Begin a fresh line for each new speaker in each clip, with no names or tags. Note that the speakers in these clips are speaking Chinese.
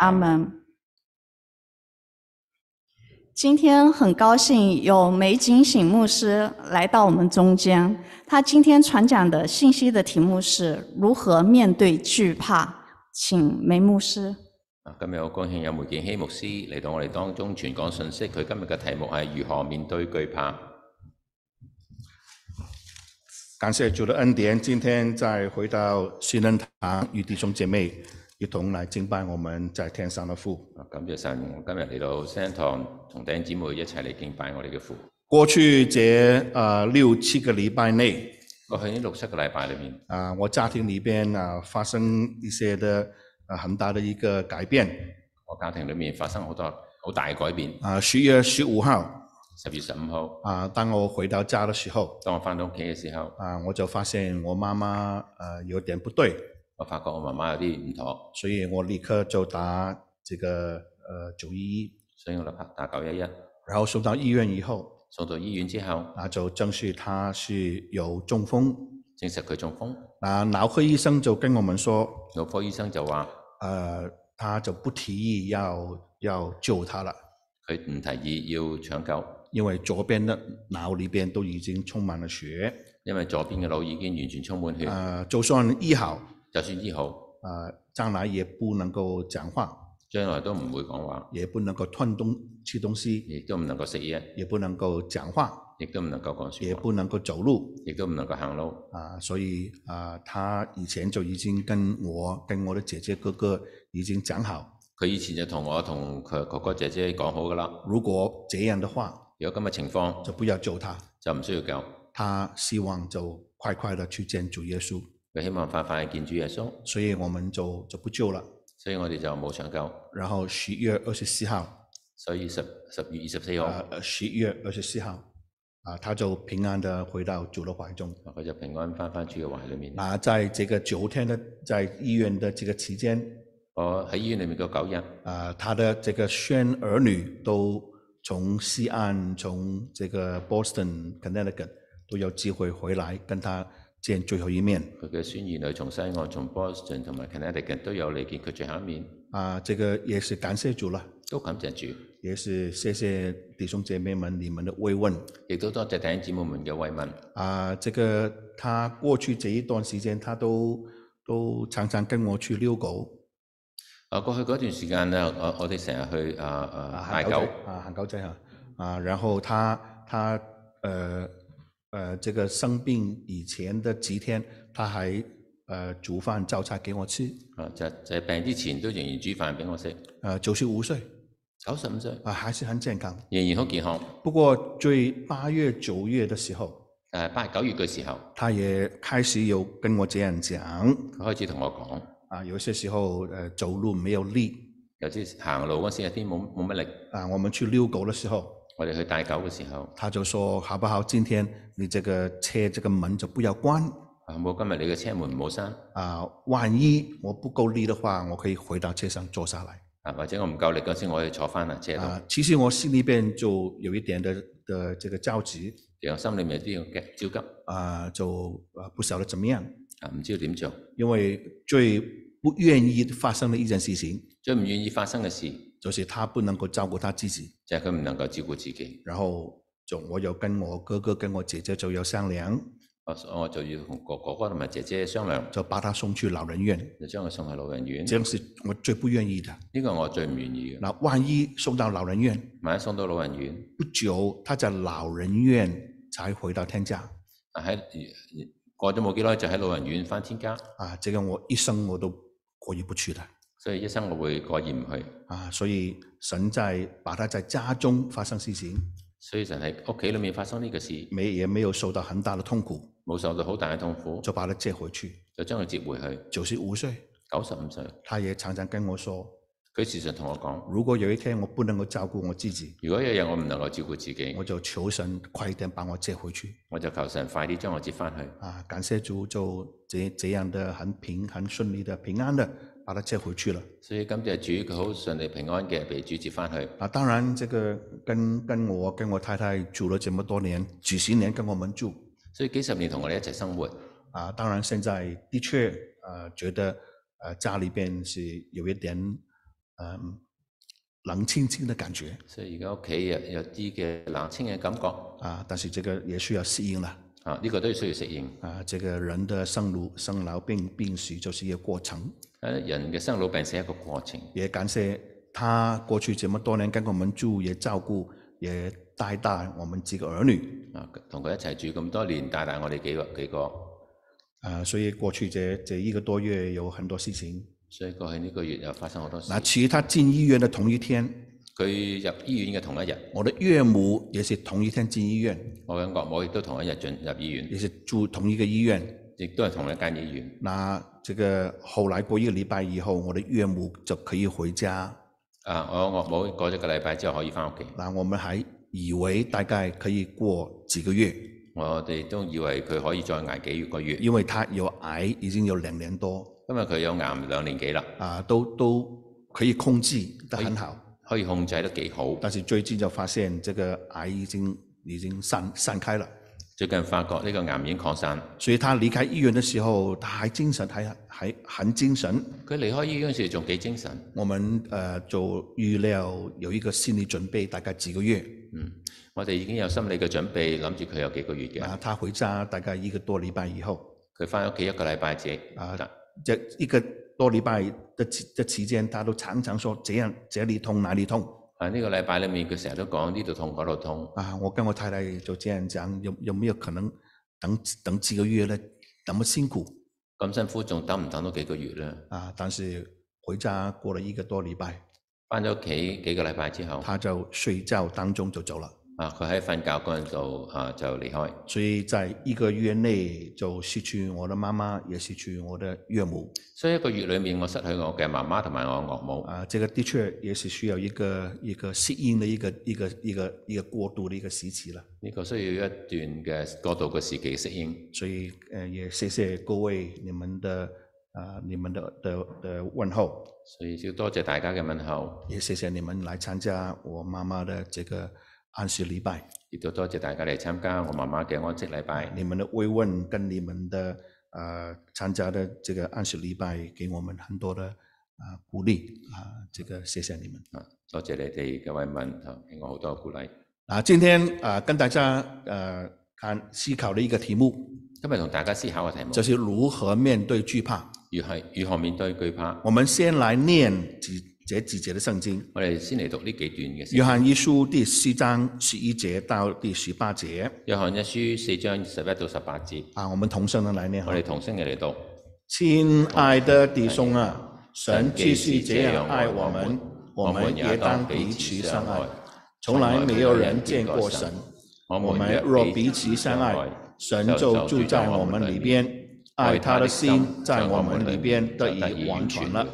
阿门。今天很高兴有梅景醒牧师来到我们中间。他今天传讲的信息的题目是如何面对惧怕，请梅牧师。
啊，今日好高興有梅健希牧師嚟到我哋當中傳講信息。佢今日嘅題目係如何面對懼怕。啊
感谢主的恩典，今天再回到新恩堂，与弟兄姐妹一同来敬拜我们在天上的父。
啊，感謝神，我今日嚟到聖堂，同弟兄姊妹一齊嚟敬拜我哋嘅父。
过去这呃六七个礼拜内，
過去呢六七個禮拜裏面，
啊、我家庭里边啊、发生一些的啊、很大的一个改变。
我家庭裏面發生好多好大嘅改變。
啊、十月十五号
十月十五號，
啊、当我回到家的时候
當我翻到屋企嘅時候，
啊、我就发现我妈妈呃有点不对，
我發覺我媽媽有啲唔妥，
所以我立刻就打这个呃九一一，
所以我立刻打九一一。
然后送到医院以后
送到醫院之後，
啊、就证实她是有中风。
證實佢中風。
啊，脑科医生就跟我们说，
腦科醫生就話
呃，他就不提议要要救他了，
佢唔提議要搶救，
因为左边的脑里边都已經充滿了血，
因為左邊嘅腦已經完全充滿血，
呃，就算醫好，
就算醫好，
呃，将来也不能够讲话，
將來都唔會講話，
也不能够吞东吃东西，
亦都唔能夠食嘢，
也不能够讲话，
亦都唔能夠講
也
説話，
不能够走路。
亦都唔能夠行路。
啊、所以啊、他以前就已經跟我、跟我的姐姐、哥哥已經講好，
佢以前就同我同佢哥哥姐姐講好㗎啦，
如果這樣的話，
如果咁嘅情況
就不要救他。
就唔需要救。
他希望就快快的去见主耶穌，
佢希望快快見主耶穌，
所以我们就就不救了。
所以我哋就冇搶救。
然后十月二十四号，
所以十十月二十四號，
呃，十月二十四号，啊、他就平安的回到主的怀中。
佢就平安翻返主嘅懷裏面。
那在这个九天的在医院的这个期间，
我喺醫院裏面個九日，
啊、他的这个宣儿女都从西岸，从这个 Boston、Connecticut 都有机会回来跟他见最后一面。
佢嘅孫兒女從西岸、從 Boston 同埋 Connecticut 都有嚟見佢最後一面，
啊、这个也是感谢主了。
都感謝主，
也是谢谢弟兄姐妹们你们的慰问
亦都多謝弟兄姊妹們嘅慰問。
啊、这个他过去这一段时间，他都都常常跟我去遛狗
啊，過去嗰段時間咧，我我哋成日去啊啊大
喊
狗
仔，啊，喊狗仔啊啊，然后他他呃呃，这个生病以前的几天，他还呃煮饭照菜给我吃，
啊就就係病之前都仍然煮飯俾我食，
呃，九十五岁
九十五歲
啊，还是很健康。
仍然好健康。
不过最八月九月的时候，
但啊係八九月嘅時候，
他也开始有跟我这样讲。
佢開始同我講，
啊，有些时候呃走路没有力
有啲行路嗰時有啲冇冇乜力，
啊，我们去遛狗的时候，
我哋去帶狗嘅時候，
他就说好不好？今天你这个车这个门就不要关
啊冇今日你嘅車門冇閂，
啊，万一我不够力的话，我可以回到车上坐下来
啊或者我唔夠力嗰時，我可以坐翻啊車度。
啊。其实我心里边就有一点的的这个着急
其實我心裏面有啲嘅焦急，
啊，就呃不晓得怎么样，
啊唔知道點做。
因为最不愿意发生的一件事情
最唔願意發生嘅事
就是他不能够照顾他自己，
就係佢唔能夠照顧自己。
然后就我有跟我哥哥跟我姐姐就有商量，
我我就要同哥哥哥同埋姐姐商量，
就把他送去老人院。
就將佢送去老人院。
这个是我最不愿意的。
呢個我最唔願意嘅。
那万一送到老人院，
萬一送到老人院，
不久他在老人院才回到天家
啊喺過咗冇幾耐就喺老人院翻天家，
啊，这个我一生我都过意不去的
所以一生我會過意唔去。
啊。所以神在把他在家中发生事情，
所以就喺屋企裏面發生呢個事，
没也没有受到很大的痛苦，
冇受到好大嘅痛苦，
就把他接回去。
就將佢接回去。
九十五岁，
九十五歲，
他也常常跟我说，
佢時常同我講：
如果有一天我不能够照顾我自己，
如果有一日我唔能夠照顧自己，
我就求神快一点把我接回去
我就求神快啲將我接翻去。
啊。感谢主，就这这样的很平很顺利的平安的把他接回去了。
所以感謝主，佢好順利平安嘅被主接翻去。
啊，当然，这个跟跟我跟我太太住了这么多年，几十年跟我们住
所以幾十年同我哋一齊生活，
啊，当然现在的确呃觉得呃家里边是有一点呃冷清清的感觉
所以而家屋企有有啲嘅冷清嘅感覺
啊，但是这个也需要适應了
啊，呢、個都需要適應。
啊。这个人的生老生老病病死就是一个过程，
誒啊人嘅生老病死係一個過程，
也感谢他过去这么多年跟我们住，也照顾，也带大我们几个儿女。
啊，同佢一齊住咁多年，帶大我哋幾個幾個，
啊，所以过去这这一个多月有很多事情。
所以過去呢個月又發生好多事
那。其实他进医院的同一天，
佢入醫院嘅同一日，
我的岳母也是同一天进医院，
我嘅岳母亦都同一日進入醫院，
也是住同一个医院。
亦都係同一間醫院。
那这个后来过一个礼拜以后，我的岳母就可以回家。
啊，我岳母過咗個禮拜之後可以翻屋企，
那我们还以为大概可以过几个月，
我哋都以為佢可以再捱幾個月，
因为他有癌已经有兩年多，
因為佢有癌兩年幾啦，
啊，都都可以控制得很好。
可以控制得幾好。
但是最近就发现这个癌已经已经散散开了。
最近發覺呢個癌已經擴散，
所以他离开医院的时候，他还精神，还还很精神。
佢離開醫院嗰時仲幾精神。
我们呃就预料有一个心理准备，大概几个月。
嗯，我哋已經有心理嘅準備，諗住佢有幾個月嘅。
啊，他回家大概一个多礼拜以后，
佢翻屋企一個禮拜啫。
啊
得
这一个多礼拜的期的期间，他都常常说这样这里痛哪里痛
啊呢個禮拜裡面，佢成日都講呢度痛嗰度痛。
啊。我跟我太太就这样讲，有有没有可能等等几个月呢？那么辛苦
咁辛苦，仲等唔等到幾個月咧？
啊！但是回家过了一个多禮拜，
翻咗屋企幾個禮拜之後，
他就睡覺當中就走了。
啊，佢喺瞓覺嗰陣度啊就離開，
所以在一个月内就失去我的妈妈，也失去我的岳母
所以一個月裡面，我失去我嘅媽媽同埋我岳母。
啊，这个的确也是需要一个一个适应的一个一个一个一个过渡的一个时期了。
呢、個需要一段嘅過渡嘅時期適應。
所以呃，也谢谢各位你们的啊、你们的的的问候，
所以要多謝大家嘅問候，
也谢谢你们来参加我妈妈的这个安息礼拜，
亦都多謝大家嚟參加我媽媽嘅安息禮拜。
你们的慰问跟你们的呃参加的这个安息礼拜给我们很多的啊、鼓励啊、这个谢谢你们。
啊，多謝你哋嘅慰問，啊俾我好多鼓勵。
啊，今天啊、呃跟大家呃看思考的一个题目，
今日同大家思考嘅題目
就是如何面对惧怕。
如係如何面對懼怕。
我们先来念几这几节的圣经，
我哋先嚟讀呢幾段嘅
约
先。
翰一书第四章十一节到第十八节
約翰一書四章十一到十八節，
啊，我们同声的来念哈
我。哋同聲嘅嚟讀。
亲爱的弟兄啊，神既是这样爱我们，我们也当彼此相爱。从来没有人见过神，
我
我
們
们若彼此相爱，神就住在我们里边，爱他的心在我们里边得以完全了。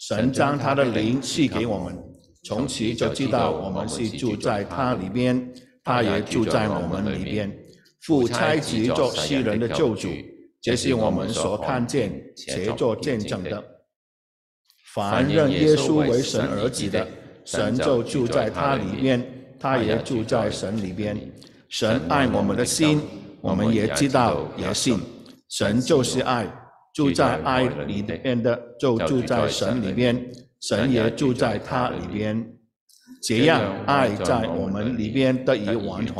神将他的灵赐给我们，从此就知道我们是住在他里边，他也住在我们里边。父差子作世人的救主，这是我们所看见且作见证的。凡认耶稣为神儿子的，神就住在他里面，他也住在神里边。神爱我们的心，我们也知道也信。神就是爱，住在爱里面的就住在神里边，神也住在他里边。这样，爱在我们里边得以完全，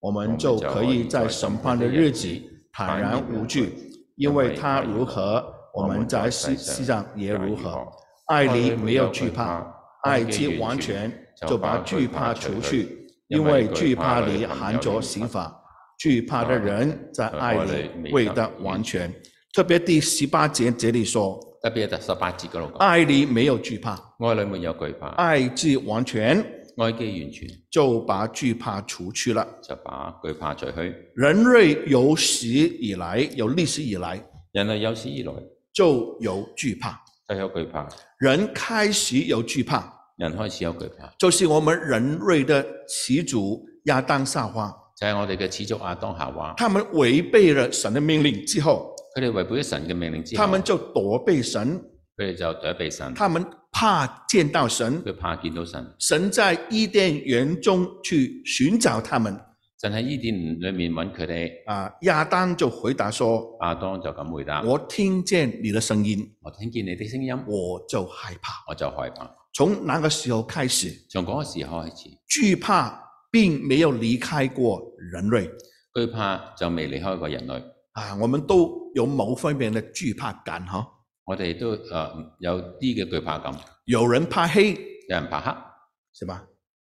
我们就可以在审判的日子坦然无惧，因为他如何，我们在世世上也如何。爱里没有惧怕，爱之完全就把惧怕除去，因为惧怕里含着刑罚。惧怕的人在爱里未得完全。特别第十八节这里说，
特別係第十八節嗰度講，
爱里没有惧怕，
愛裏面有懼怕，
爱之完全
愛既完全
就把惧怕除去了。
就把懼怕除去。
人类有史以来，有历史以来
人類有史以來
就有惧怕，
都有懼怕，
人开始有惧怕，
人開始有懼怕，
就是我们人类的始祖亚当夏娃，
就係、我哋嘅始祖亞當夏娃，
他们违背了神的命令之后，
佢哋違背咗神嘅命令之後，
他们
佢
就躲避神，
哋就躲避神，
他们怕见到神，
佢怕見到神。
神在伊甸园中去寻找他们，
神喺伊甸園裏面揾佢哋，
啊，亚当就回答说
亞當就咁回：“答：
我聽見你的聲音，
我聽見你的聲音，
我就害怕。
我就害怕。”
從那個時候開始，
從嗰個時候開始，
惧怕並沒有離開過人類
懼怕就未離開過人類。
啊，我們都有某方面的惧怕感哈。
我哋都誒、呃有啲嘅懼怕感，
有人怕黑，
有人怕黑，
是吧？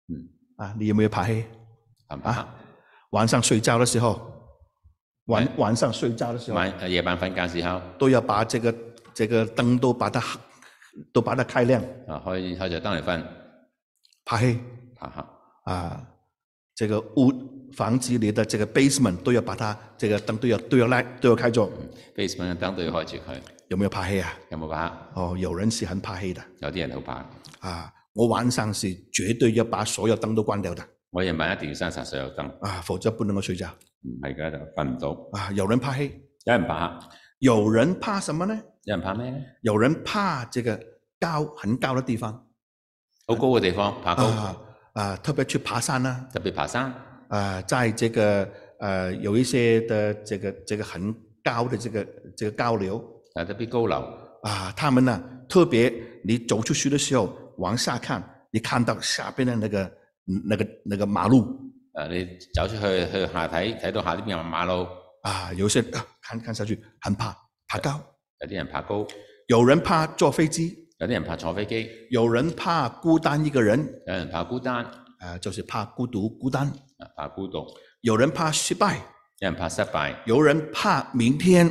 嗯，
啊，你有沒有怕黑？
怕唔怕黑？
晚上睡覺的時候，晚晚上睡覺的時候，
晚呃夜晚瞓覺時候，
都要把這個這個燈都把它都把它開亮，
啊開開著燈嚟瞓，
怕黑
怕黑。
啊，這個屋房子裏的這個 basement 都要把它這個燈都要都要拉都要開着，
嗯 basement 嘅燈都要開住佢，
有沒有怕黑啊？
有冇怕黑？
哦，有人是很怕黑的
有啲人好怕，
啊，我晚上是絕對要把所有燈都關掉的
我夜晚一定要閂晒所有燈，
啊，否則不能夠睡覺
唔係嘅就瞓唔到。
啊。有人怕黑，
有人怕黑，
有人怕什麼呢？
有人怕咩咧？
有人怕這個高很高的地方
好高嘅地方怕高，
啊啊，特別去爬山啦、啊。
特別爬山。
啊，在這個呃有一些的這個這個很高的這個這個高樓
啊，特別高樓，
啊，他們呢特別你走出去的時候往下看，你看到下邊的那個嗯那個那個馬路
啊，你走出去去下睇，睇到下邊有馬路，
啊，有些、啊、看看上去很怕爬高，
有啲人怕高，
有人怕坐飛機，
有啲人怕坐飛機，
有人怕孤單一個人，
有人怕孤單，啊
啊，就是怕孤獨孤單，
怕孤獨，
有人怕失敗，
有人怕失敗，
有人怕明天，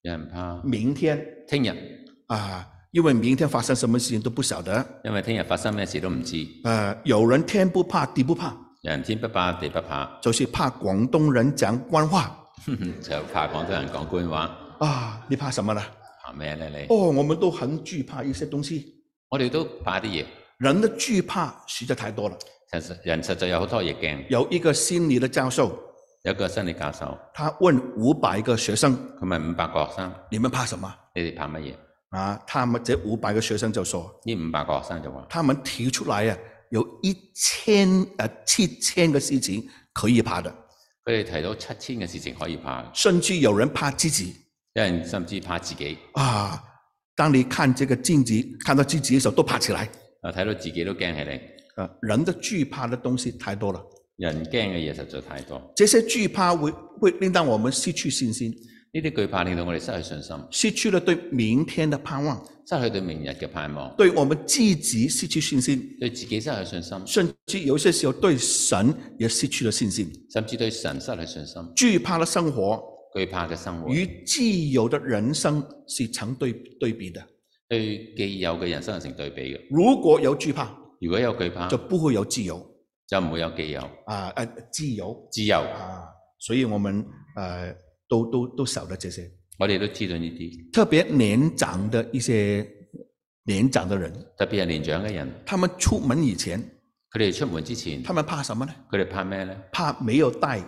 有人怕
明天
聽日，
啊，因為明天發生什麼事情都不曉得，
因為聽日發生咩事都唔知。
呃，有人天不怕地不怕，
有人天不怕地不怕，
就是怕廣東人講官話
就怕廣東人講官話，
啊，你怕什麼呢？
怕咩呢？你？
哦，我們都很懼怕一些東西，
我哋都怕啲嘢，
人的懼怕實在太多了。
其實人實在有好多嘢驚。
有一個心理的教授，
有一個心理教授，
他問五百個學生
佢問五百個學生：
你們怕什麼？
你哋怕乜嘢？
啊，他們這五百個學生就說，
呢五百個學生就話：
他們提出來啊，有一千呃七千個事情可以怕的，
佢哋提到七千嘅事情可以怕，
甚至有人怕自己
有人甚至怕自己，
啊。當你看這個鏡子，看到自己的時候都怕起來。
啊睇到自己都驚起嚟。
啊，人的懼怕的東西太多了，
人驚嘅嘢實在太多，
這些懼怕會會令到我們失去信心，
呢啲懼怕令到我哋失去信心，
失去了對明天的盼望，
失去對明日嘅盼望，
對我們自己失去信心，
對自己失去信心，
甚至有些時候對神也失去了信心。
甚至對神失去信心。
懼怕的生活
懼怕嘅生活，
與既有的人生是成對對比的。
對既有嘅人生係成對比嘅。
如果有懼怕，
如果有懼怕，
就不會有自由
就唔會有既有
啊，呃，自由
自由。
啊，所以我們呃都都都曉得這些，
我哋都知道呢啲，
特別年長的一些年長的人，
特別係年長嘅人，
他們出門以前，
佢哋出門之前，
他們怕什麼呢？
佢哋怕咩呢？
怕沒有帶，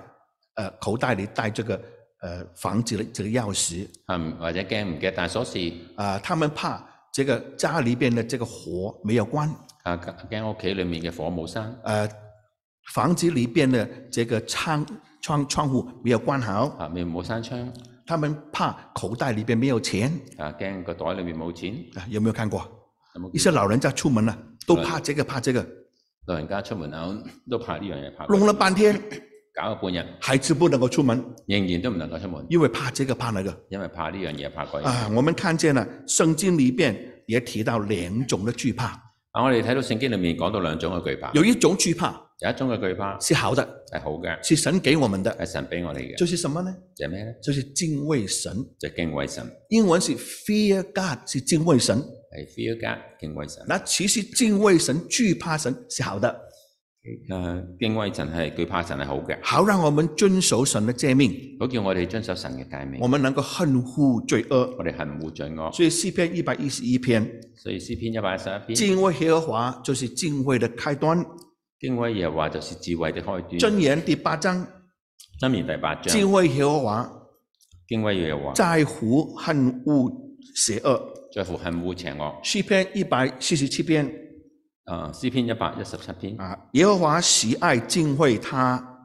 呃，口袋裏帶這個呃房子的這個鑰匙
啊，唔或者驚唔記得帶鎖匙
啊、他們怕這個家裏邊的這個火沒有關，
啊，驚屋企裡面嘅火冇閂啊
呃，房子裏邊的這個窗窗窗戶沒有關好，
啊，面冇閂窗
他們怕口袋裏邊沒有錢
啊，驚個袋裡面冇錢。
啊，有沒有看過？
有冇
一
見
些老人家出門了、都怕這個怕這個，
老人家出門口都怕呢樣嘢，怕嗰樣
弄了半天
搞咗半日，
孩子不能夠出門，
仍然都唔能夠出門，
因為怕這個怕那個。
因為怕呢樣嘢怕嗰樣嘢。
啊，我們看見了聖經裏邊也提到兩種的懼怕，
啊，我哋睇到聖經裡面講到兩種嘅懼怕，
有一種懼怕
有一種嘅懼怕
是好的，
係好嘅，
是神給我們的，
係神俾我哋嘅，
就是什麼呢？
就係咩呢？
就是敬畏神。
就敬畏神，
英文是 fear God，是敬畏神。
係 fear God，敬畏神。
那其實敬畏神、懼怕神是好的，
誒、啊敬畏神係懼怕神係好嘅，
好讓我們遵守神的誡命，
好叫我哋遵守神嘅誡命
我，們能夠恨惡罪惡。
我哋恨惡罪惡。
所以詩篇一百一十一篇，
所以詩篇一百一十一篇，
敬畏耶和華就是敬畏的開端。
敬畏耶和華就是智慧的開端。
箴言第八章，
箴言第八章，
敬畏耶和華
敬畏耶和華，
在乎恨惡邪惡。
在乎恨惡邪惡。
詩篇一百四十七篇。
啊，詩篇一百一十七篇，
啊，耶和華喜愛敬畏他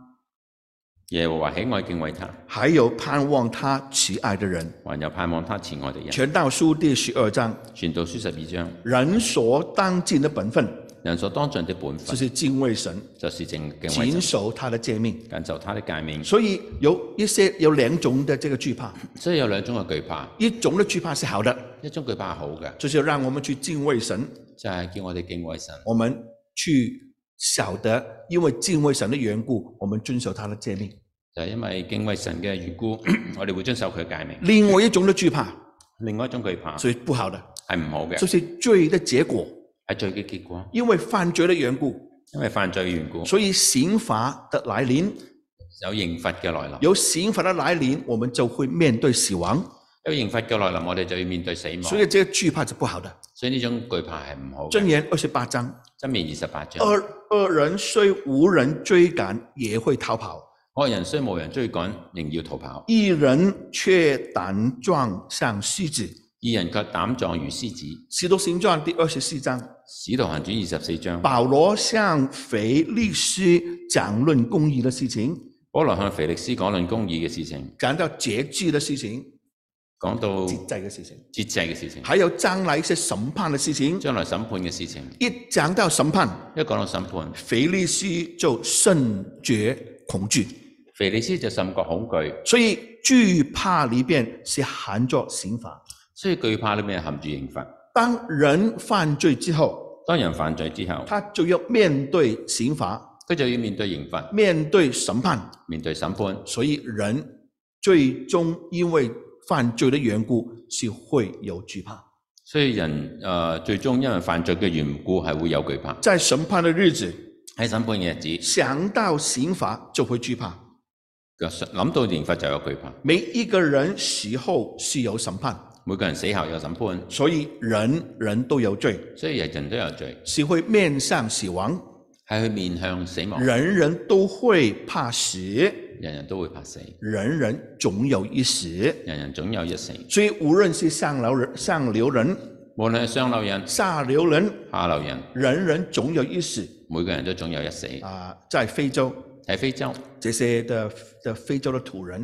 耶和華喜愛敬畏他，
还有盼望他慈爱的人。
還有盼望他慈愛的人。
全道书第十二章，
傳道書十二章，
人所当尽的本分，
人所當盡的本分
就是敬畏神，
就是正敬畏
谨
神，
守他的诫命。
緊守他的誡命。
所以有一些有两种的这个惧怕，
所以有兩種嘅懼怕，
一种的惧怕是好的，
一種懼怕係好嘅，
就是让我们去敬畏神，
就係、叫我哋敬畏神，
我们去晓得，因为敬畏神的缘故，我们遵守他的诫命。
就係、因為敬畏神嘅緣 故，我哋會遵守佢嘅誡命。
另外一种的惧怕，
另外一種懼怕
所以不好的，
係唔好嘅，
就是罪的结果，
係罪嘅結果，
因为犯罪的缘故，
因為犯罪嘅緣故，
所以刑罚的来临，
有刑罰嘅來臨。
有刑罚的来临，我们就会面对死亡。
有刑罰嘅來臨，我哋就要面對死亡。
所以这个惧怕是不好的。
所以呢種懼怕係唔好嘅。
箴言二十八章，
箴言二十八章，
恶恶人虽无人追赶，也会逃跑；
惡人雖無人追趕，仍要逃跑；
一人却胆壮像狮子。
二人卻膽壯如獅子。
使徒行传第二十四章，
使徒行傳二十四章，
保罗向腓力斯讲论公义的事情，
保羅向腓力斯講論公義嘅事情，
讲到节制的事情、
講到
节制的事情，
節制嘅事情，
还有将来一些审判的事情。
將來審判嘅事情。
一讲到审判，
一講到審判，
腓力斯就甚觉恐惧，
腓力斯就甚覺恐懼，
所以惧怕里边是含着刑罚。
所以懼怕裏面含住刑罰。
当人犯罪之后，
當人犯罪之後，
他就要面对刑罚，
佢就要面對刑罰，
面对审判。
面對審判。
所以人最终因为犯罪的缘故是会有惧怕。
所以人誒、呃最終因為犯罪嘅緣故係會有懼怕。
在审判的日子，
喺審判嘅日子，
想到刑罚就会惧怕。
諗到刑罰就有懼怕。
每一个人死后是有审判，
每個人死後有審判，
所以人人都有罪，
所以人人都有罪，
是会面向死亡，
係去面向死亡，
人人都会怕死，
人人都會怕死，
人人总有一死。
人人總有一死。
所以无论是上流人、上流人、
無論係上流人、
下流人，
下流人，
人人总有一死
每個人都總有一死。
啊、在非洲
喺呃非洲，
这些的的非洲的土人，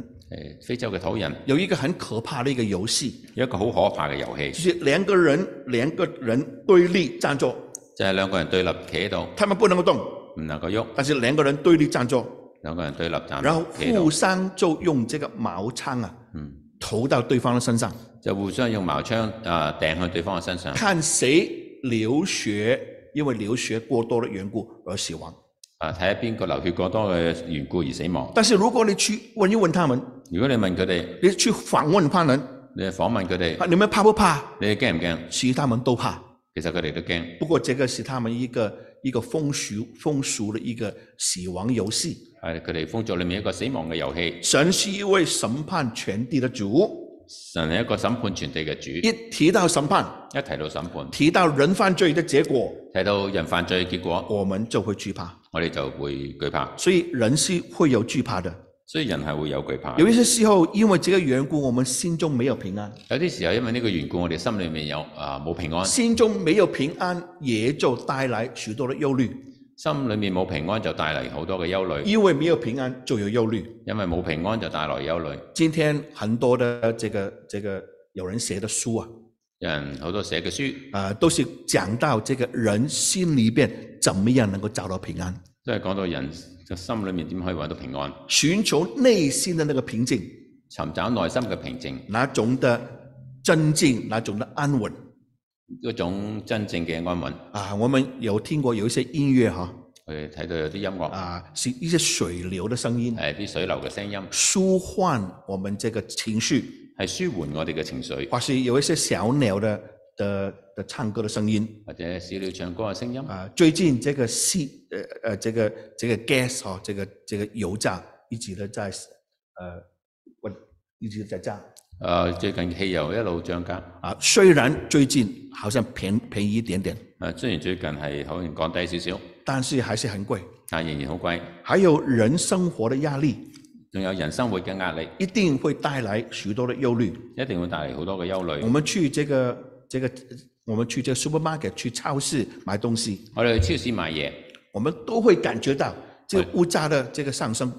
誒非洲嘅土人
有一个很可怕的一个游戏，
有一個好可怕嘅遊
就
戲，
是两个人两个人对立站坐，
就係、兩個人對立企喺度，
他们不能够动，
唔能夠喐，
但是两个人对立站坐，
兩個人對立站
然后
企喺度
互，相就用这个矛枪啊，
嗯，
投到对方的身上，
就互相用矛槍啊掟向對方嘅身上，
看谁流血，因为流血过多的緣故而死亡。
啊睇下邊個流血過多嘅緣故而死亡。
但是如果你去问一问他们，
如果你問佢哋，
你去访问他们，
你訪問佢
啊
哋，
你们怕不怕？
你哋驚唔驚？
其实他们都怕。
其實佢哋都驚，
不过这个是他们一个一个风俗风俗的一个死亡游戏。
係佢哋風俗裏面一個死亡嘅遊戲。
神是一位审判全地的主，
神係一個審判全地嘅主，
一提到审判，
一提到審判，
提到人犯罪的结果，
提到人犯罪嘅結果，
我们就会惧怕。
我哋就會懼怕。
所以人是会有惧怕的。
所以人係會有懼怕。
有一些时候，因为这个缘故，我们心中没有平安，
有啲時候因為呢個緣故，我哋心裏面有啊冇、平安，
心中没有平安，也就带来许多的忧虑。
心裏面冇平安就帶嚟好多嘅憂慮，
因为没有平安，就有忧虑。
因為冇平安就帶來憂慮。
今天很多的这个这个有人写的书啊，
有人好多寫嘅書
呃，都是讲到这个人心里边怎么样能够找到平安，
都係講到人嘅心裏面點可以揾到平安，
寻求内心的那个平静，
尋找內心嘅平靜，
哪种的真静，哪种的安稳
嗰種真正嘅安穩。
啊。我们有听过有一些音乐哈，
我哋睇到有啲音樂
啊，是一些水流的声音，
係啲水流嘅聲音，
舒缓我们这个情绪，
係舒緩我哋嘅情緒，
或是有一些小鸟的的的唱歌的声音
或者小鳥唱歌嘅聲音。
啊。最近这个西呃呃这个这个 gas 哈、这个这个油价一直的在呃我一直在涨
啊最近汽油一路漲價，
啊。虽然最近好像便便宜一点点，
啊雖然最近係可能降低少少，
但是还是很贵。
但仍然好貴。
还有人生活的压力，
仲有人生活嘅壓力，
一定會帶來许多的忧虑。
一定會帶嚟好多嘅憂
我
慮。
们去这个这个，我们去这个 supermarket 去超市买东西，
我哋去超市買嘢，
我们都会感觉到这个物价的这个上升。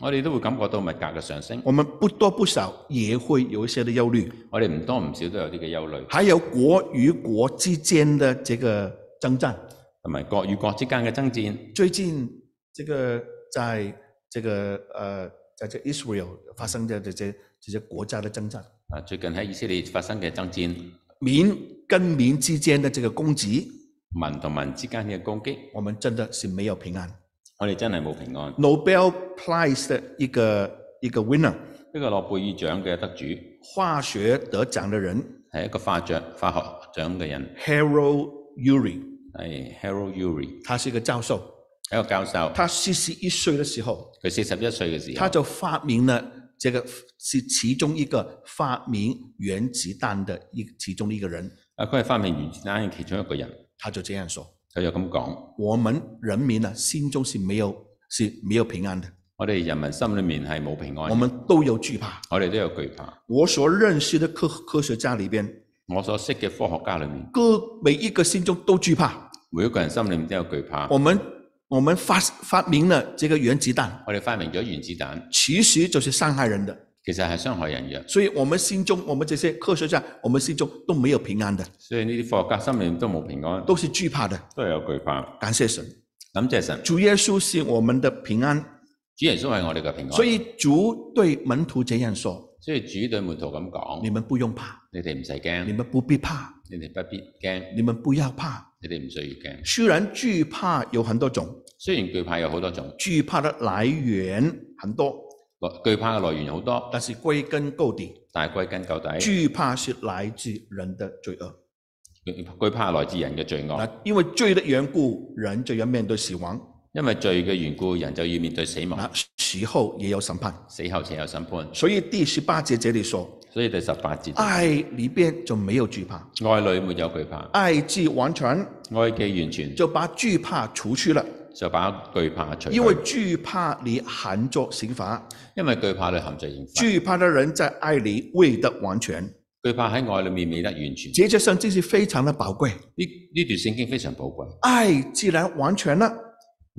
我哋都會感覺到物價嘅上升，
我们不多不少也会有一些的忧虑，
我哋唔多唔少都有啲嘅憂慮，
还有国与国之间的这个征战。
同埋國與國之間嘅爭戰。
最近这个在这个呃，在这 Israel 发生的这些这些国家的征战，
啊，最近喺以色列發生嘅爭戰，
民跟民之间的这个攻击，
民同民之間嘅攻擊，
我们真的是没有平安。
我哋真係冇平安。
Nobel Prize 的一个一个 winner，
呢個諾貝爾獎嘅得主
化学得奖的人
係一個化學化學獎嘅人，
Harold Urey，
係 Harold Urey，
他是一个教授。
係一個教授。
他四十一岁的时候，
佢四十一歲嘅時
他
候，
就发明了这个是其中一个发明原子弹的一其中的一个人，
啊，佢係發明原子彈嘅其中一個人，
他就这样说：
佢就咁講：
我们人民呢、心中是没有是没有平安的，
我哋人民心裏面係冇平安
我
嘅，
们都有惧怕。
我哋都有懼怕。
我所认识的科科学家里边，
我所識嘅科學家裏面，
各每一个心中都惧怕。
每一個人心裏面都有懼怕。
我们我们发发明了这个原子弹，
我哋發明咗原子彈，
其实就是伤害人的。
其實係傷害人嘅，
所以，我们心中，我们这些科学家，我们心中都没有平安的，
所以呢啲科學家心裏面都冇平安，
都是惧怕的。
都有懼怕。
感谢神，
感謝神，
主耶稣是我们的平安。
主耶穌係我哋嘅平安。
所以，主對門徒这样说：
所以主對門徒咁
你
講：
们不用怕，
你哋唔使
你
驚，
们不必怕，
你哋不必驚，
你们不要怕。
你哋唔需要驚。
虽然惧怕有很多种，
雖然懼怕有好多種，
惧怕的來源很多，
來懼怕嘅來源有好多，
但是歸根究底，
但係歸根究底，
惧怕是來自人的罪惡。
懼懼怕係來自人嘅罪
那
惡，
因為罪的緣故，人就要面對死亡，
因為罪嘅緣故，人就要面對死亡，
那死後也有審判。
死後且有審判。
所以第十八节这里说，
所以第十八節，
愛里邊就沒有惧怕，
愛裏沒有懼怕，
愛既完全，
愛既完全，
就把惧怕除去了。
就把懼怕除去
因，为惧怕你含作刑罚，
因為懼怕裏含罪刑罰，
惧怕的人在爱里未得完全。
懼怕喺愛裏面未得完全。
这节圣经是非常的宝贵，
呢呢段聖經非常寶貴，
爱既然完全了，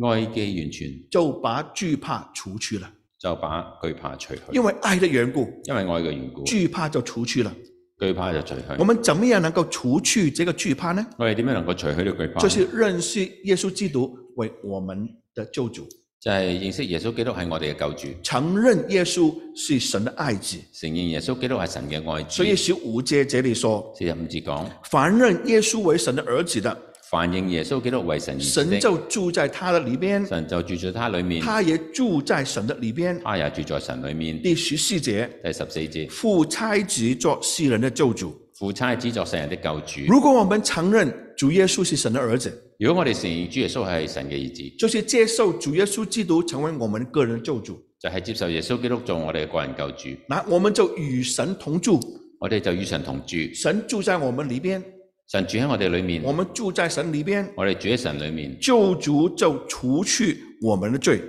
愛既完全
就把惧怕除去了。
就把懼怕除去，
因为爱的缘故，
因為愛嘅緣故，
惧怕就除去了。
懼怕就除去
我。们怎么样能够除去这个惧怕呢？
我哋點樣能夠除去呢個懼怕呢？
就是认识耶稣基督为我们的救主，
就係認識耶穌基督係我哋嘅救主，
承认耶稣是神的爱子。
承認耶穌基督係神嘅愛子。
所以十五节这里说，
四十五節講，
凡认耶稣为神的儿子的，
凡認耶穌基督為神而子
神
的，
就住在他的里边。
神就住在他裏面，
他也住在神的里边。
他也住在神裏面。
第十四节，
第十四節，
父差子作世人的救主。
父差子作世人的救主。
如果我们承认主耶稣是神的儿子，
如果我哋承認主耶穌係神嘅兒子，
就是接受主耶稣基督成为我们个人的救主，
就係、接受耶穌基督做我哋嘅個人救主，
那我们就与神同住，
我哋就與神同住。
神住在我们里边，
神住喺我哋裏面，
我们住在神里边，
我哋住喺神裏面，
救主就除去我们的罪，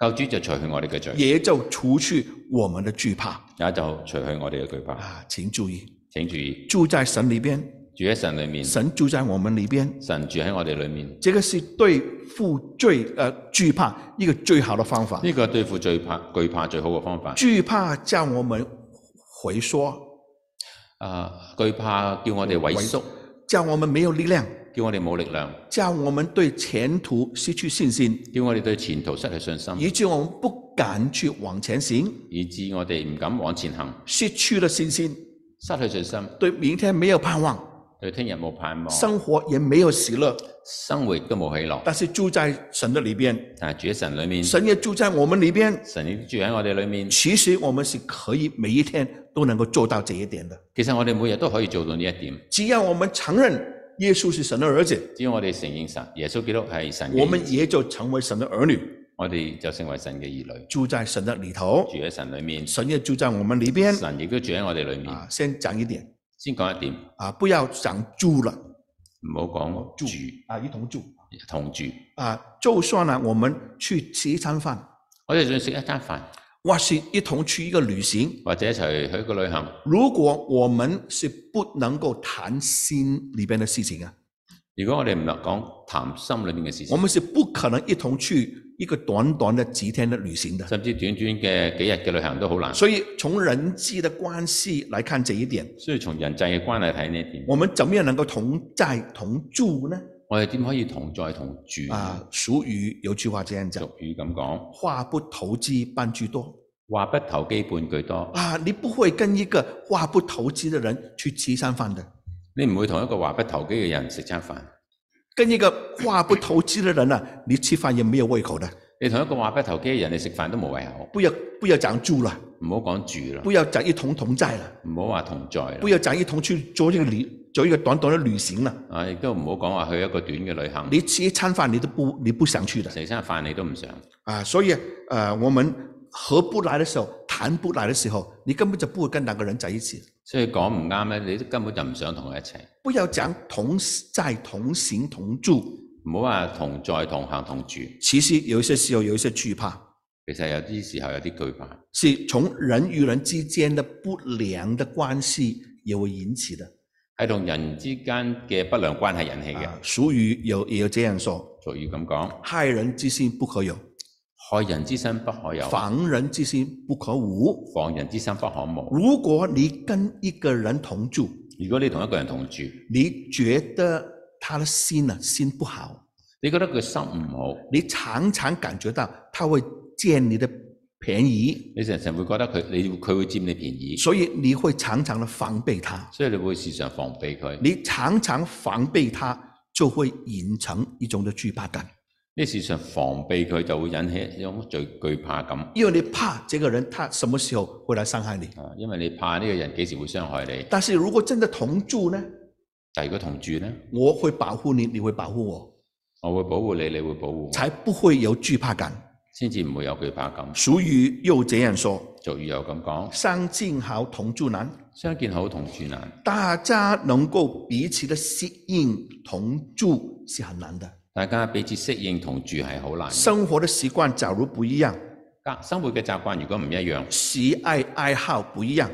救主就除去我哋嘅罪。
也就除去我们的惧怕
也就除去我哋嘅懼怕。
啊！请注意，
請注意，
住在神里边，
住喺神裏面，
神住在我们里边，
神住喺我哋裏面，呢、
这个是对付罪呃惧怕一个最好的方法。
個對付最怕惧怕最好嘅方法。
惧怕叫我们回缩，
啊，惧怕叫我哋萎縮，
叫我们没有力量，
叫我哋冇力量，
叫我们对前途失去信心，
叫我哋對前途失去信心，
以致我们不敢去往前行，
以致我哋唔敢往前行，
失去了信心，
失去信心，
对明天没有盼望，
對聽日冇盼望，
生活也没有喜乐。
生活亦都冇喜樂。
但是住在神的里边，
但係住喺神裏面，
神也住在我们里边。
神亦都住喺我哋裏面。
其实我们是可以每一天都能够做到这一点的，
其實我哋每日都可以做到呢一點，
只要我们承认耶稣是神的儿子，
只要我哋承認神耶穌基督係神
我
嘅兒
们
子，
也就成为神的儿女，
我哋就成為神嘅兒女，
住在神的里头，
住喺神裏面，
神也住在我们里边。
神亦都住喺我哋裏面。
啊，先讲一点
先講一點，
啊，不要讲住了
唔好講住
啊，一同住
同住。
啊，就算呢，我们去吃一餐饭，
我哋想食一餐飯，
或是一同去一个旅行，
或者一齊去一個旅行。
如果我们是不能够谈心里边的事情啊，
如果我哋唔能講談心裏面嘅事
我
情，
们是不可能一同去一个短短的几天的旅行的。
甚至短短嘅幾日嘅旅行都好難。
所以从人际的关系来看这一点，
所以從人際嘅關係睇呢一點，
我们怎么样能够同在同住呢？
我哋點可以同在同住？
啊，俗语有句话这样
俗
讲：
語咁講，
话不投机半句多。
話不投機半句多。
啊，你不会跟一个话不投机的人去吃一餐饭的，
你唔會同一個話不投機嘅人食餐飯，
跟一个话不投机的人呢、你吃饭也没有胃口的。
你同一個話不投機嘅人，你食飯都冇胃口。
不要不要讲住了，
唔好講住啦，
不要讲一同同在了，
唔好話同在啦
不。要讲一同去做这个旅，做一个短短的旅行了。
啊，亦都唔好講話去一個短嘅旅行，
你吃一餐饭你都不你不想去的
食餐飯你都唔想。
啊，所以呃，我们合不来的时候，谈不来的时候，你根本就不会跟两个人在一起。
所以講唔啱咧，你都根本就唔想同佢一齊。
不要讲同在、同行、同住，
唔好話同在、同行、同住。
其实有一些時候有一些惧怕，
其實有啲時候有啲懼怕，
是从人与人之间的不良的关系也会引起的。
係同人之間嘅不良關係引起嘅
啊。，俗语有也有这样说：
俗語咁講：
害人之心不可有，
害人之心不可有，
防人之心不可无。
防人之心不可無。
如果你跟一个人同住，
如果你同一個人同住，
你觉得他的心呢、心不好，
你覺得佢心唔好，
你常常感觉到他会占你的便宜，
你成成會覺得佢你佢會佔你便宜，
所以你會常常的防备他。
所以你會時常防備佢。
你常常防备他，就会引成一种的惧怕感，
呢時常防備佢就會引起一種最懼怕感
因为你怕这个人他什么时候会来傷害你。
啊，因為你怕呢個人幾時會傷害你。
但是如果真的同住呢，
但如果同住呢，
我會保護你，你會保護我，
我會保護你，你會保護我，
才不會有惧怕感。
先至唔會有懼怕感。
俗语又这样说：
俗語又咁講：
相敬好，同住难。
相見好，同住難。
大家能够彼此的适应同住是很难的，
大家彼此適應同住係好難嘅。
生活的习惯假如不一樣，
家生活嘅習慣如果唔一樣，
喜愛愛好不一樣，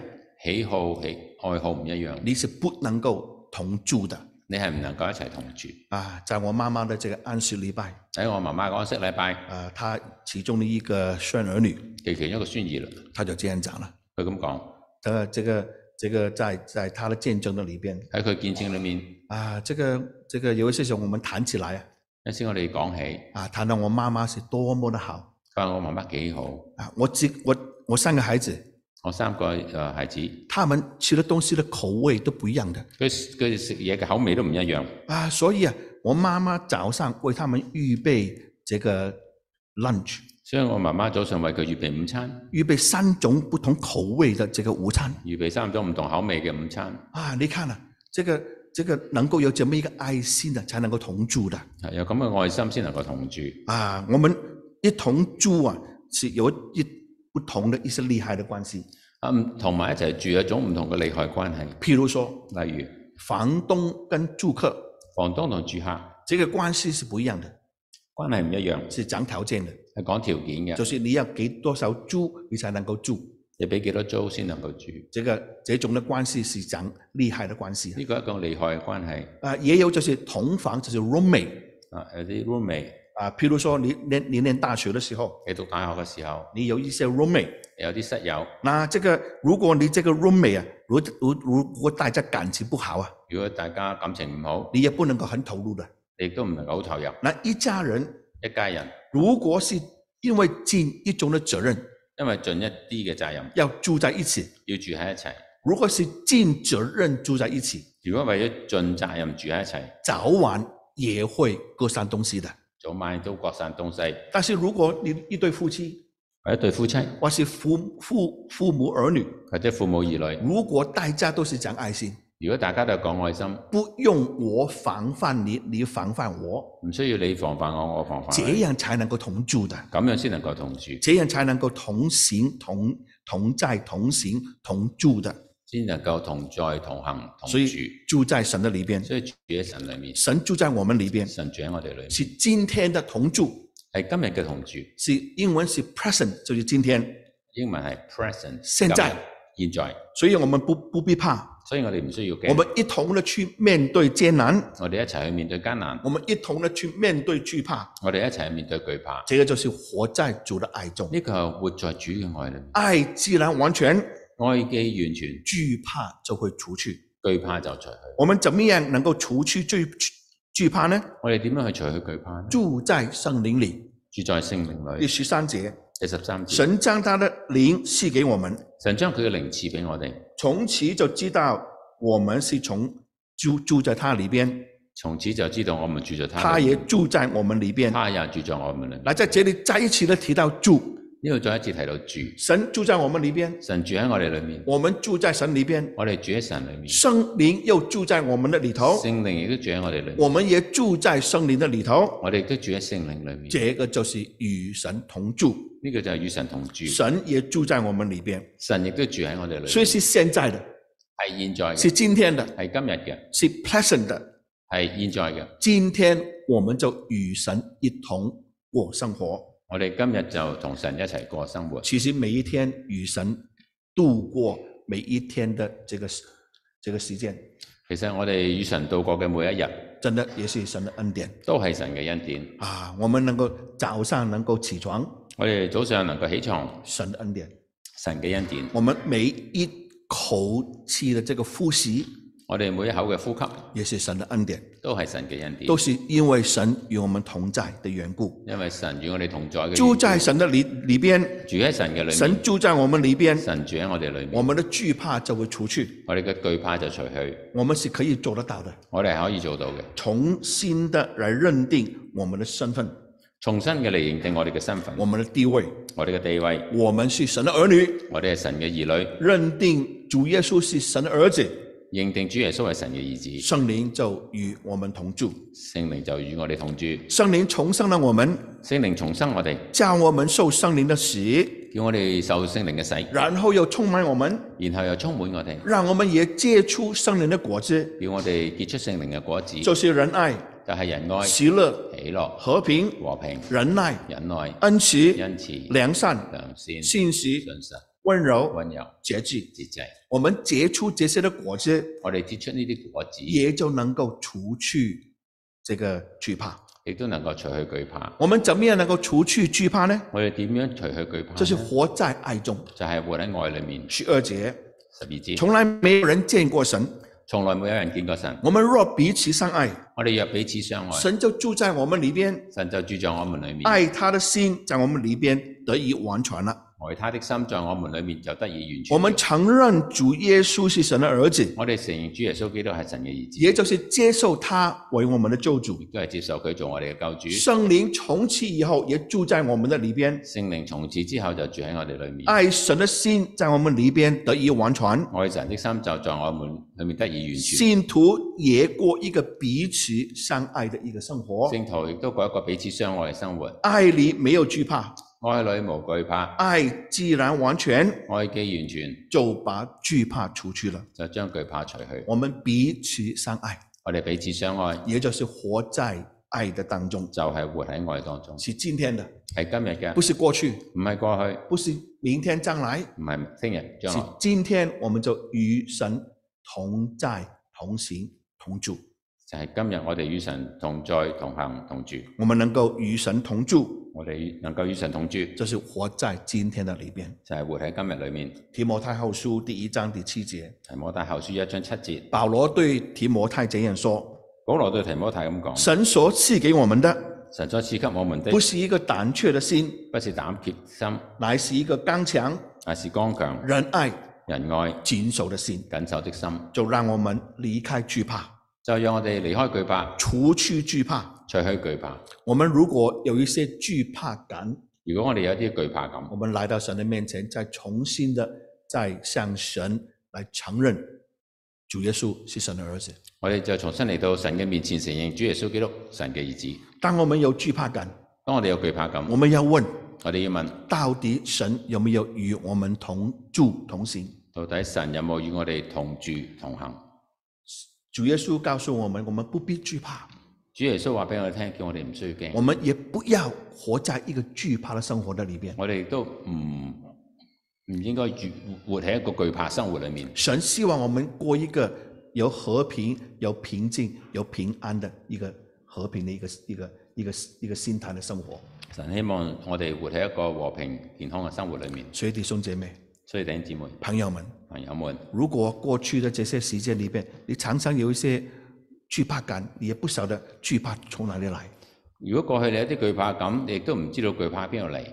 喜好喜愛好唔一樣，
你是不能夠同住的。
你係唔能夠一齊同住。
啊，在我媽媽的這個安息禮拜，
喺我媽媽嗰個息禮拜，
啊，她其中的一個孫兒女，
佢其中一個孫兒啦，
她就這樣講了，
佢咁講
她這個這個在在她的見證的裏邊，
喺佢見證裏面，
啊，這個這個有一些時候我們談起來啊，
一先我哋講起，
啊，談到我媽媽是多麼的好
佢話我媽媽幾好，
啊，我只我我三個孩子，
我三個誒孩子，佢
他們吃的東西的口味都不一樣的
佢哋食嘢嘅口味都唔一樣，
啊，所以啊，我媽媽早上為他們預備這個 lunch，
所以我媽媽早上為佢預備午餐，
預備三種不同口味的這個午餐。
預備三種唔同口味嘅午餐，
啊，你看啊，这个这个能够有这么一个爱心的，才能够同住的
係有咁嘅愛心先能夠同住。
啊。我们一同住啊，是有一不同的一些厉害的关系。
啊，唔同埋一齊住有種唔同嘅利害關係，
譬如说，
例如
房东跟住客
房東同住客
这个关系是不一样的，
關係唔一樣，
是讲条件的，
係講條件
就
嘅，
是你要给多少租，你才能够住。
你俾幾多租先能夠住？
这个这种的关系是讲厉害的关系
呢個一個利害嘅關係。
啊。也有就是同房，就是 roommate
啊，有啲 roommate
啊。譬如说你念你念大学的时候，
你讀大學嘅時候，
你有一些 roommate。
有啲室友，
那这个，如果你这个 roommate 啊，如如如果大家感情不好啊，
如果大家感情唔好，
你也不能够很投入的。
你亦都唔能夠好投入。
那一家人
一家人
如果是因为尽一种的责任
因為盡一啲嘅責任，
要住在一起，
要住喺一齊。
如果是尽责任住在一起，
如果為咗盡責任住喺一齊，
早晚也会各散东西的。
早晚都各散東西。
但是如果你一对夫妻
或者對夫妻，
或是父父父母儿女，
或者父母兒女，
如果大家都是讲爱心，
如果大家都係講愛心，
不用我防范你，你防范我，
唔需要你防範我，我防範
这
你，
样才能够同住的。
咁樣先能夠同住，
这样才能够同行同同在同行同住的，
先能夠同在同行同
所
住。
以住在神的里边，
所以住喺神裏面，
神住在我们里边，
神住喺我哋裏面，
是今天的同住，
係今日嘅同住。
是英文是 present，就是今天，
英文係 present，
現在
今日現在，
所以我们不不必怕，
所以我哋唔需要
我
驚，
们一同的去面对艰难，
我哋一齊去面對艱難，
我们一同的去面对惧怕，
我哋一齊去面對懼怕。
这个就是活在主的爱中。
呢個係活在主嘅愛裏面，
爱既然完全，
愛既完全，
惧怕就会除去。
懼怕就除去。
我们怎么样能够除去惧惧怕呢？
我哋點樣去除去懼怕呢？
住在圣灵里。
住在聖靈
第
裏，
十三节，
第十三節，
神将他的灵赐给我们，
神將佢嘅靈賜俾我哋，
从此就知道我们是从住住在他里边，
從此就知道我們住在他
他
裏
也
面，
住在我们里边。
他也住在我們裏面。
来，在这里再一次的提到住，
呢度再一次提到住，
神住在我们里边，
神住喺我哋裏面，
我们住在神里边，
我哋住喺神裏面，
圣灵又住在我们的里头，
聖靈亦都住喺我哋裏面，
我们也住在圣灵的里头。
我哋亦都住喺聖靈裏面。
这个就是与神同住，
呢個就係與神同住，
神也住在我们里边，
神亦都住喺我哋裏面。
所以是现在的，
係現在
是
嘅，
今天的，
係今日嘅，
是 present 的。
係現在嘅。
今天我们就与神一同过生活。
我哋今日就同神一齊過生活。
其实每一天与神度过每一天的这个时这個时间，
其實我哋與神度過嘅每一日，
真的也是神的恩典
都係神嘅恩典。
啊！我们能够早上能够起床，
我哋早上能夠起床，
神的恩典；
神嘅恩典。
我们每一口气的这个呼吸，
我哋每一口嘅呼吸
也是神的恩典，
都係神嘅恩典
都，是因为神与我们同在的缘故。
因為神與我哋同在嘅緣
住
故。
在神的里里边，
住喺神嘅裏面，
神住在我们里边，
神住喺我哋裏
我
面，
们的惧怕就会除去，
我哋嘅懼怕就除去，
我们是可以做得到的。
我哋係可以做到嘅。
重新的来认定我们的身份、
重新嘅嚟認定我哋嘅身份
我，们的地位，
我哋嘅地位，
我们是神的儿女，
我哋係神嘅兒女，
认定主耶穌是神的儿子，
認定主耶穌係神嘅兒子，
圣灵就与我们同住，
聖靈就與我哋同住，
圣灵重生了我们，
聖靈重生我哋，
叫我们受圣灵的洗，
叫我哋受聖靈嘅洗，
然後又充滿我们，
然後又充滿我哋，
让我们也结出圣灵的果子，
叫我哋結出聖靈嘅果子，就
就是仁愛、
係仁愛、喜
喜樂、
樂、
和平、
和平、
忍耐、
忍耐、
恩慈、
恩慈、
良善、
良善、信
信实、
實、
温柔、
温柔、
節制。
節制。
我们结出这些的果子，
我哋結出呢啲果子，
也就能够除去这个惧怕。
亦都能夠除去懼怕。
我们怎么样能够除去惧怕呢？
我哋點樣除去懼怕呢？
这是活在爱中。
就係活喺愛裏面。
十二节，
十二節，從
从来没有人见过神。
從來冇有人見過神。
我们若彼此相爱，
我哋若彼此相愛，
神就住在我们里边，
神就住在我們裏面，
爱他的心在我们里边得以完全了。
愛他的心在我們裏面就得以完全。
我们承认主耶稣是神的儿子，
我哋承認主耶穌基督係神嘅兒
也
子，
就是接受他为我们的救主
亦。都係接受佢做我哋嘅救主。
圣灵从此以后也住在我们的里边，
聖靈從此之後就住喺我哋裏面，
爱神的心在我们里边得以完全。
愛神的心就在我們裏面得以完全。
信徒也过一个彼此相爱的一个生活，
聖徒亦都過一個彼此相愛嘅生活，
爱里没有惧怕，
愛裏無懼怕，
爱既然完全，
愛既完全
就把惧怕除去了。
就將懼怕除去。
我们彼此相爱，
我哋彼此相愛，
也就是活在爱的当中，
就係活喺愛當中，
是今天的，
係今日嘅
不，是过去，
唔係過去。
不是明天将来，
唔係聽日將
是
來，
今天我们就与神同在、同行、同住。
就係今日我哋與神同在、同行、同住。
我們能夠與神同住，
我哋能夠與神同住，就
就是活在今天的里边。
係活喺今日裏面。
提摩太后书第一章第七节。
提摩太後書一章七節，
保罗對提摩太這樣說：
保羅對提摩太咁講：
神所賜給我們的，
神所賜給我們的，
不是一個膽怯的心，
不是膽怯心，
乃是一個剛強、
而是剛強、
仁愛、
仁愛、
謹守的心。
緊守的心。
就讓我們離開懼怕，
就讓我哋離開懼怕，
除去懼怕。
除去懼怕。
我們如果有一些懼怕感，
如果我哋有啲懼怕咁，
我們來到神的面前，再重新的再向神來承認主耶穌是神的兒子。
我哋就重新嚟到神嘅面前，承認主耶穌基督神嘅兒子。
當我們有懼怕感，
當我哋有懼怕
我
咁，
們要問：
我哋要問：
到底神有沒有與我們同住同行？
到底神有冇與我哋同住同行？
主耶稣告诉我们，我们不必惧怕，
主耶穌話俾我哋聽，叫我哋唔需要
我
驚，
们也不要活在一个惧怕的生活的里边。
我哋都唔唔應該住活喺一個懼怕生活裏面。
神希望我们过一个有和平、有平静、有平安的一个和平的一个一个一个一个心态的生活。
神希望我哋活喺一個和平健康嘅生活裏面。
所以弟兄姐妹、
所以弟兄姊妹、
朋友们，
朋友們，
如果过去的这些时间里边，你常常有一些惧怕感，你也不晓得惧怕从哪里来。
如果過去你有啲懼怕感，你亦都唔知道懼怕邊度嚟，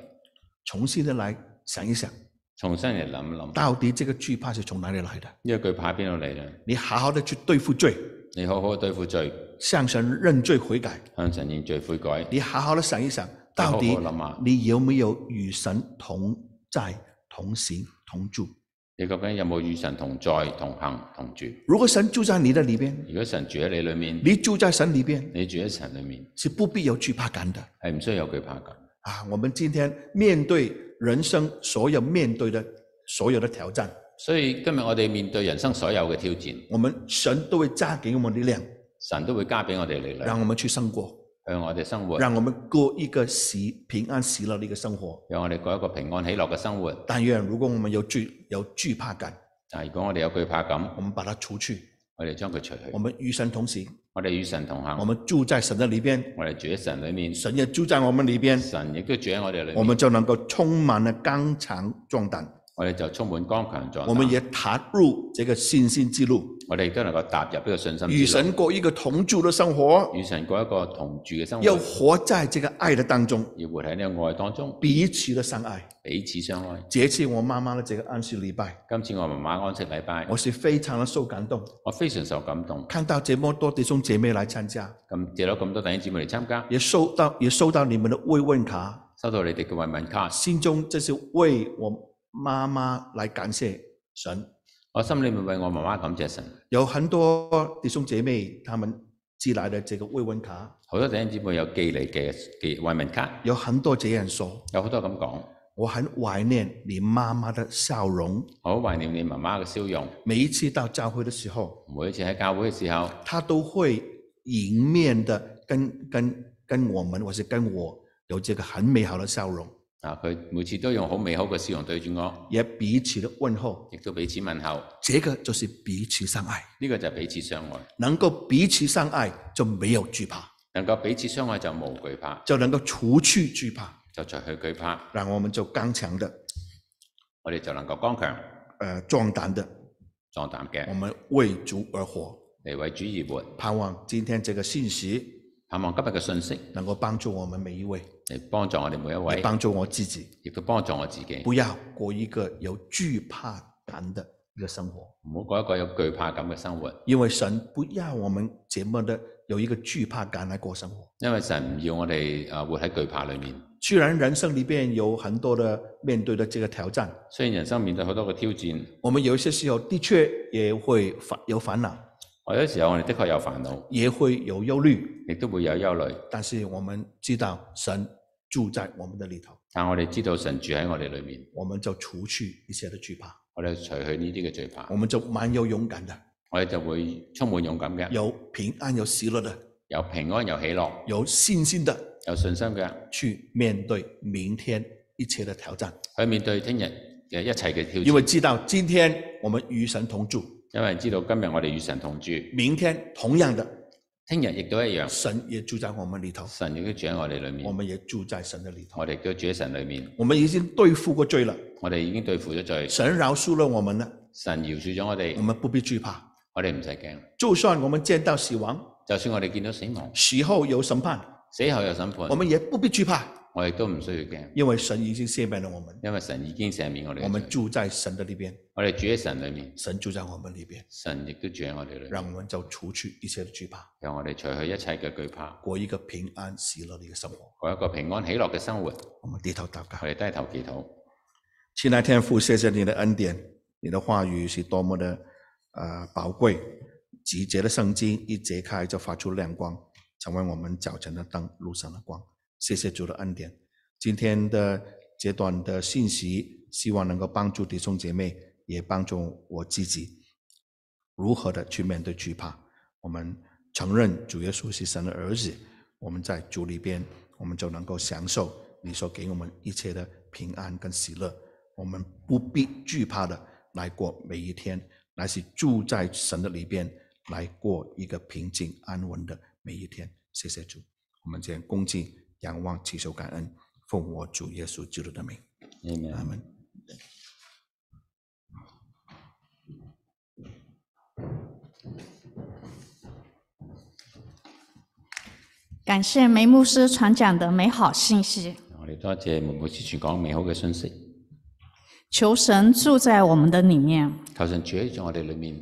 重新的来想一想，
重新嚟諗一諗，
到底这个惧怕是从哪里来的？
呢個懼怕邊度嚟呢？
你好好的去对付罪，
你好好對付罪，
向神认罪悔改。
向神認罪悔改，
你好好的想一想，到底
好好諗下
你有没有与神同在、同行、同住？
你究竟有冇與神同在、同行、同住？
如果神住在你的里边，
如果神住喺你裏面，
你住在神里边
你住喺神裏面
是不必有惧怕感的
係唔需要有懼怕感。
啊！我们今天面对人生所有面对的所有的挑战，
所以今日我哋面對人生所有嘅挑戰，
我们神都会加给我们力量，
神都會加俾我哋力量，
让我们去胜过，
向我哋生活，
让我们过一个喜平安喜乐的一个生活。
讓我哋過一個平安喜樂嘅生活。啊
但愿如果我们有惧有惧怕感，
但如果我哋有懼怕感，
我们把它除去，
我哋將佢除去
我。们与神同行，
我哋與神同行
我，们住在神的里边，
我哋住喺神裏面，
神也住在我们里边，
神亦都住喺我哋裏
我
面，
们就能够充满了刚强壮胆。
我哋就充滿剛強壯膽。
我们也踏入这个信心之路，
我哋亦都能夠踏入呢個信心
与
之路，
神过一个同住的生活，
與神過一個同住嘅生活，
要活在这个爱的当中，
要活喺呢個愛當中，
彼此的相爱。
彼此相愛。
这次我妈妈的这个安息礼拜，
今次我媽媽安息禮拜，
我是非常的受感动，
我非常受感動。
看到这么多弟兄姐妹来参加，
咁借咗咁多弟兄姊妹嚟參加，
也收到也收到你们的慰问卡，
收到你哋嘅慰問卡，
心中这是为我妈妈来感谢神。
我心裏面為我媽媽感謝神。
有很多弟兄姐妹他们寄来的这个慰问卡，
好多弟兄姊妹有寄嚟嘅嘅慰問卡，
有很多这样说，
有好多咁講，
我很怀念你妈妈的笑容。
好懷念你媽媽嘅笑容。
每一次到教会的时候，
每一次喺教會嘅時候，
她都会迎面的跟跟跟我们，或是跟我有这个很美好的笑容，
啊，佢每次都用好美好嘅笑容對住我，
也彼此的问候。
亦都彼此問候。
这个就是彼此相爱，
呢、個就係彼此相愛，
能够彼此相爱就没有惧怕，
能夠彼此相愛就無懼怕，
就能够除去惧怕，
就除去懼怕，
让我们就刚强的、
我哋就能夠剛強
呃壮胆的，
壯膽
我
嘅
们为主而活。
嚟為主而活。
盼望今天这个信息
盼望今日嘅信息
能够帮助我们每一位，
嚟幫助我哋每一
也
位，
帮助我自己，
亦都幫助我自己，
不要过一个有惧怕感的一个生活。
唔好過一個有懼怕感嘅生活。
因为神不要我们这么的有一个惧怕感来过生活。
因為神唔要我哋啊活喺懼怕裏面。
虽然人生里边有很多的面对的这个挑战，
雖然人生面對好多嘅挑戰，
我们有一些时候的确也会烦有烦恼，
我有時候我哋的確有煩惱，
也會有忧虑，
亦都會有憂慮，
但是我们知道神住在我们的里头，
但我哋知道神住喺我哋裏面，
我们就除去一切的惧怕，
我哋除去呢啲嘅懼怕
我，们就蛮有勇敢的，
我哋就會充滿勇敢嘅，
有平安、有喜乐的、
有平安，有喜樂，
有信心的
有信心嘅，
去面对明天一切的挑战，
去面對聽日嘅一切嘅挑
因
戰。
为知道今天我们与神同住，
因為知道今日我哋與神同住，
明天同样的
聽日亦都一樣，
神也住在我们里头，
神亦都住喺我哋裏
我
面，
们也住在神的里头。
我哋亦都住喺神裏面，
我们已经对付过罪了，
我哋已經對付咗罪，
神饶恕了我们了，
神饒恕咗我
我
哋，
们不必惧怕。
我哋唔使驚。
就算我们见到死亡，
就算我哋見到死亡，
死后有审判，
死後有審判
我，們也不必惧怕，
我亦都唔需要驚，
因为神已经赦免了我们，
因為神已經赦免我哋
我
嘅
们
罪。
住在神的里边，
我哋住喺神裏面，
神住在我们里边，
神亦都住喺我哋裏面，
让我们就除去一切的惧怕，
讓我哋除去一切嘅懼怕，
过一个平安喜乐的一个生活。
過一個平安喜樂嘅生活。
我们低头祷告
我，哋低頭祈禱。
亲爱天父，谢谢你的恩典，你的话语是多么的呃宝贵，集结的圣经一揭开就发出亮光，成为我们脚前的灯，路上的光。谢谢主的恩典。今天的这段的信息，希望能够帮助弟兄姐妹，也帮助我自己，如何的去面对惧怕。我们承认主耶稣是神的儿子，我们在主里边，我们就能够享受你所给我们一切的平安跟喜乐。我们不必惧怕的来过每一天，乃是住在神的里边来过一个平静安稳的每一天。谢谢主，我们这样恭敬仰望，祈求感恩，奉我主耶稣基督的名，
Amen
阿门。
感谢梅牧师传讲的美好信息，
我哋多謝梅牧師傳講美好嘅信息，
求神住在我们的里面。
求神住喺我哋裏面。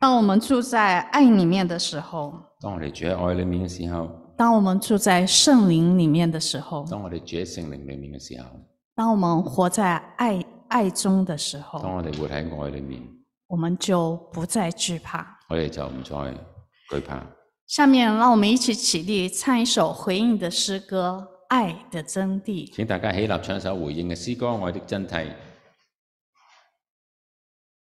当我们住在爱里面的时候，
當我哋住喺愛裏面嘅時候，
当我们住在圣灵里面的时候，
當我哋住喺聖靈裏面嘅時候，
当我们活在爱爱中的时
當
候，
我哋活喺愛裏面，
我们就不再惧怕。
我哋就唔再懼怕。
下面让我们一起起立，唱一首回应的诗歌《爱的真谛》。
請大家起立唱一首回應嘅詩歌《愛的真谛》。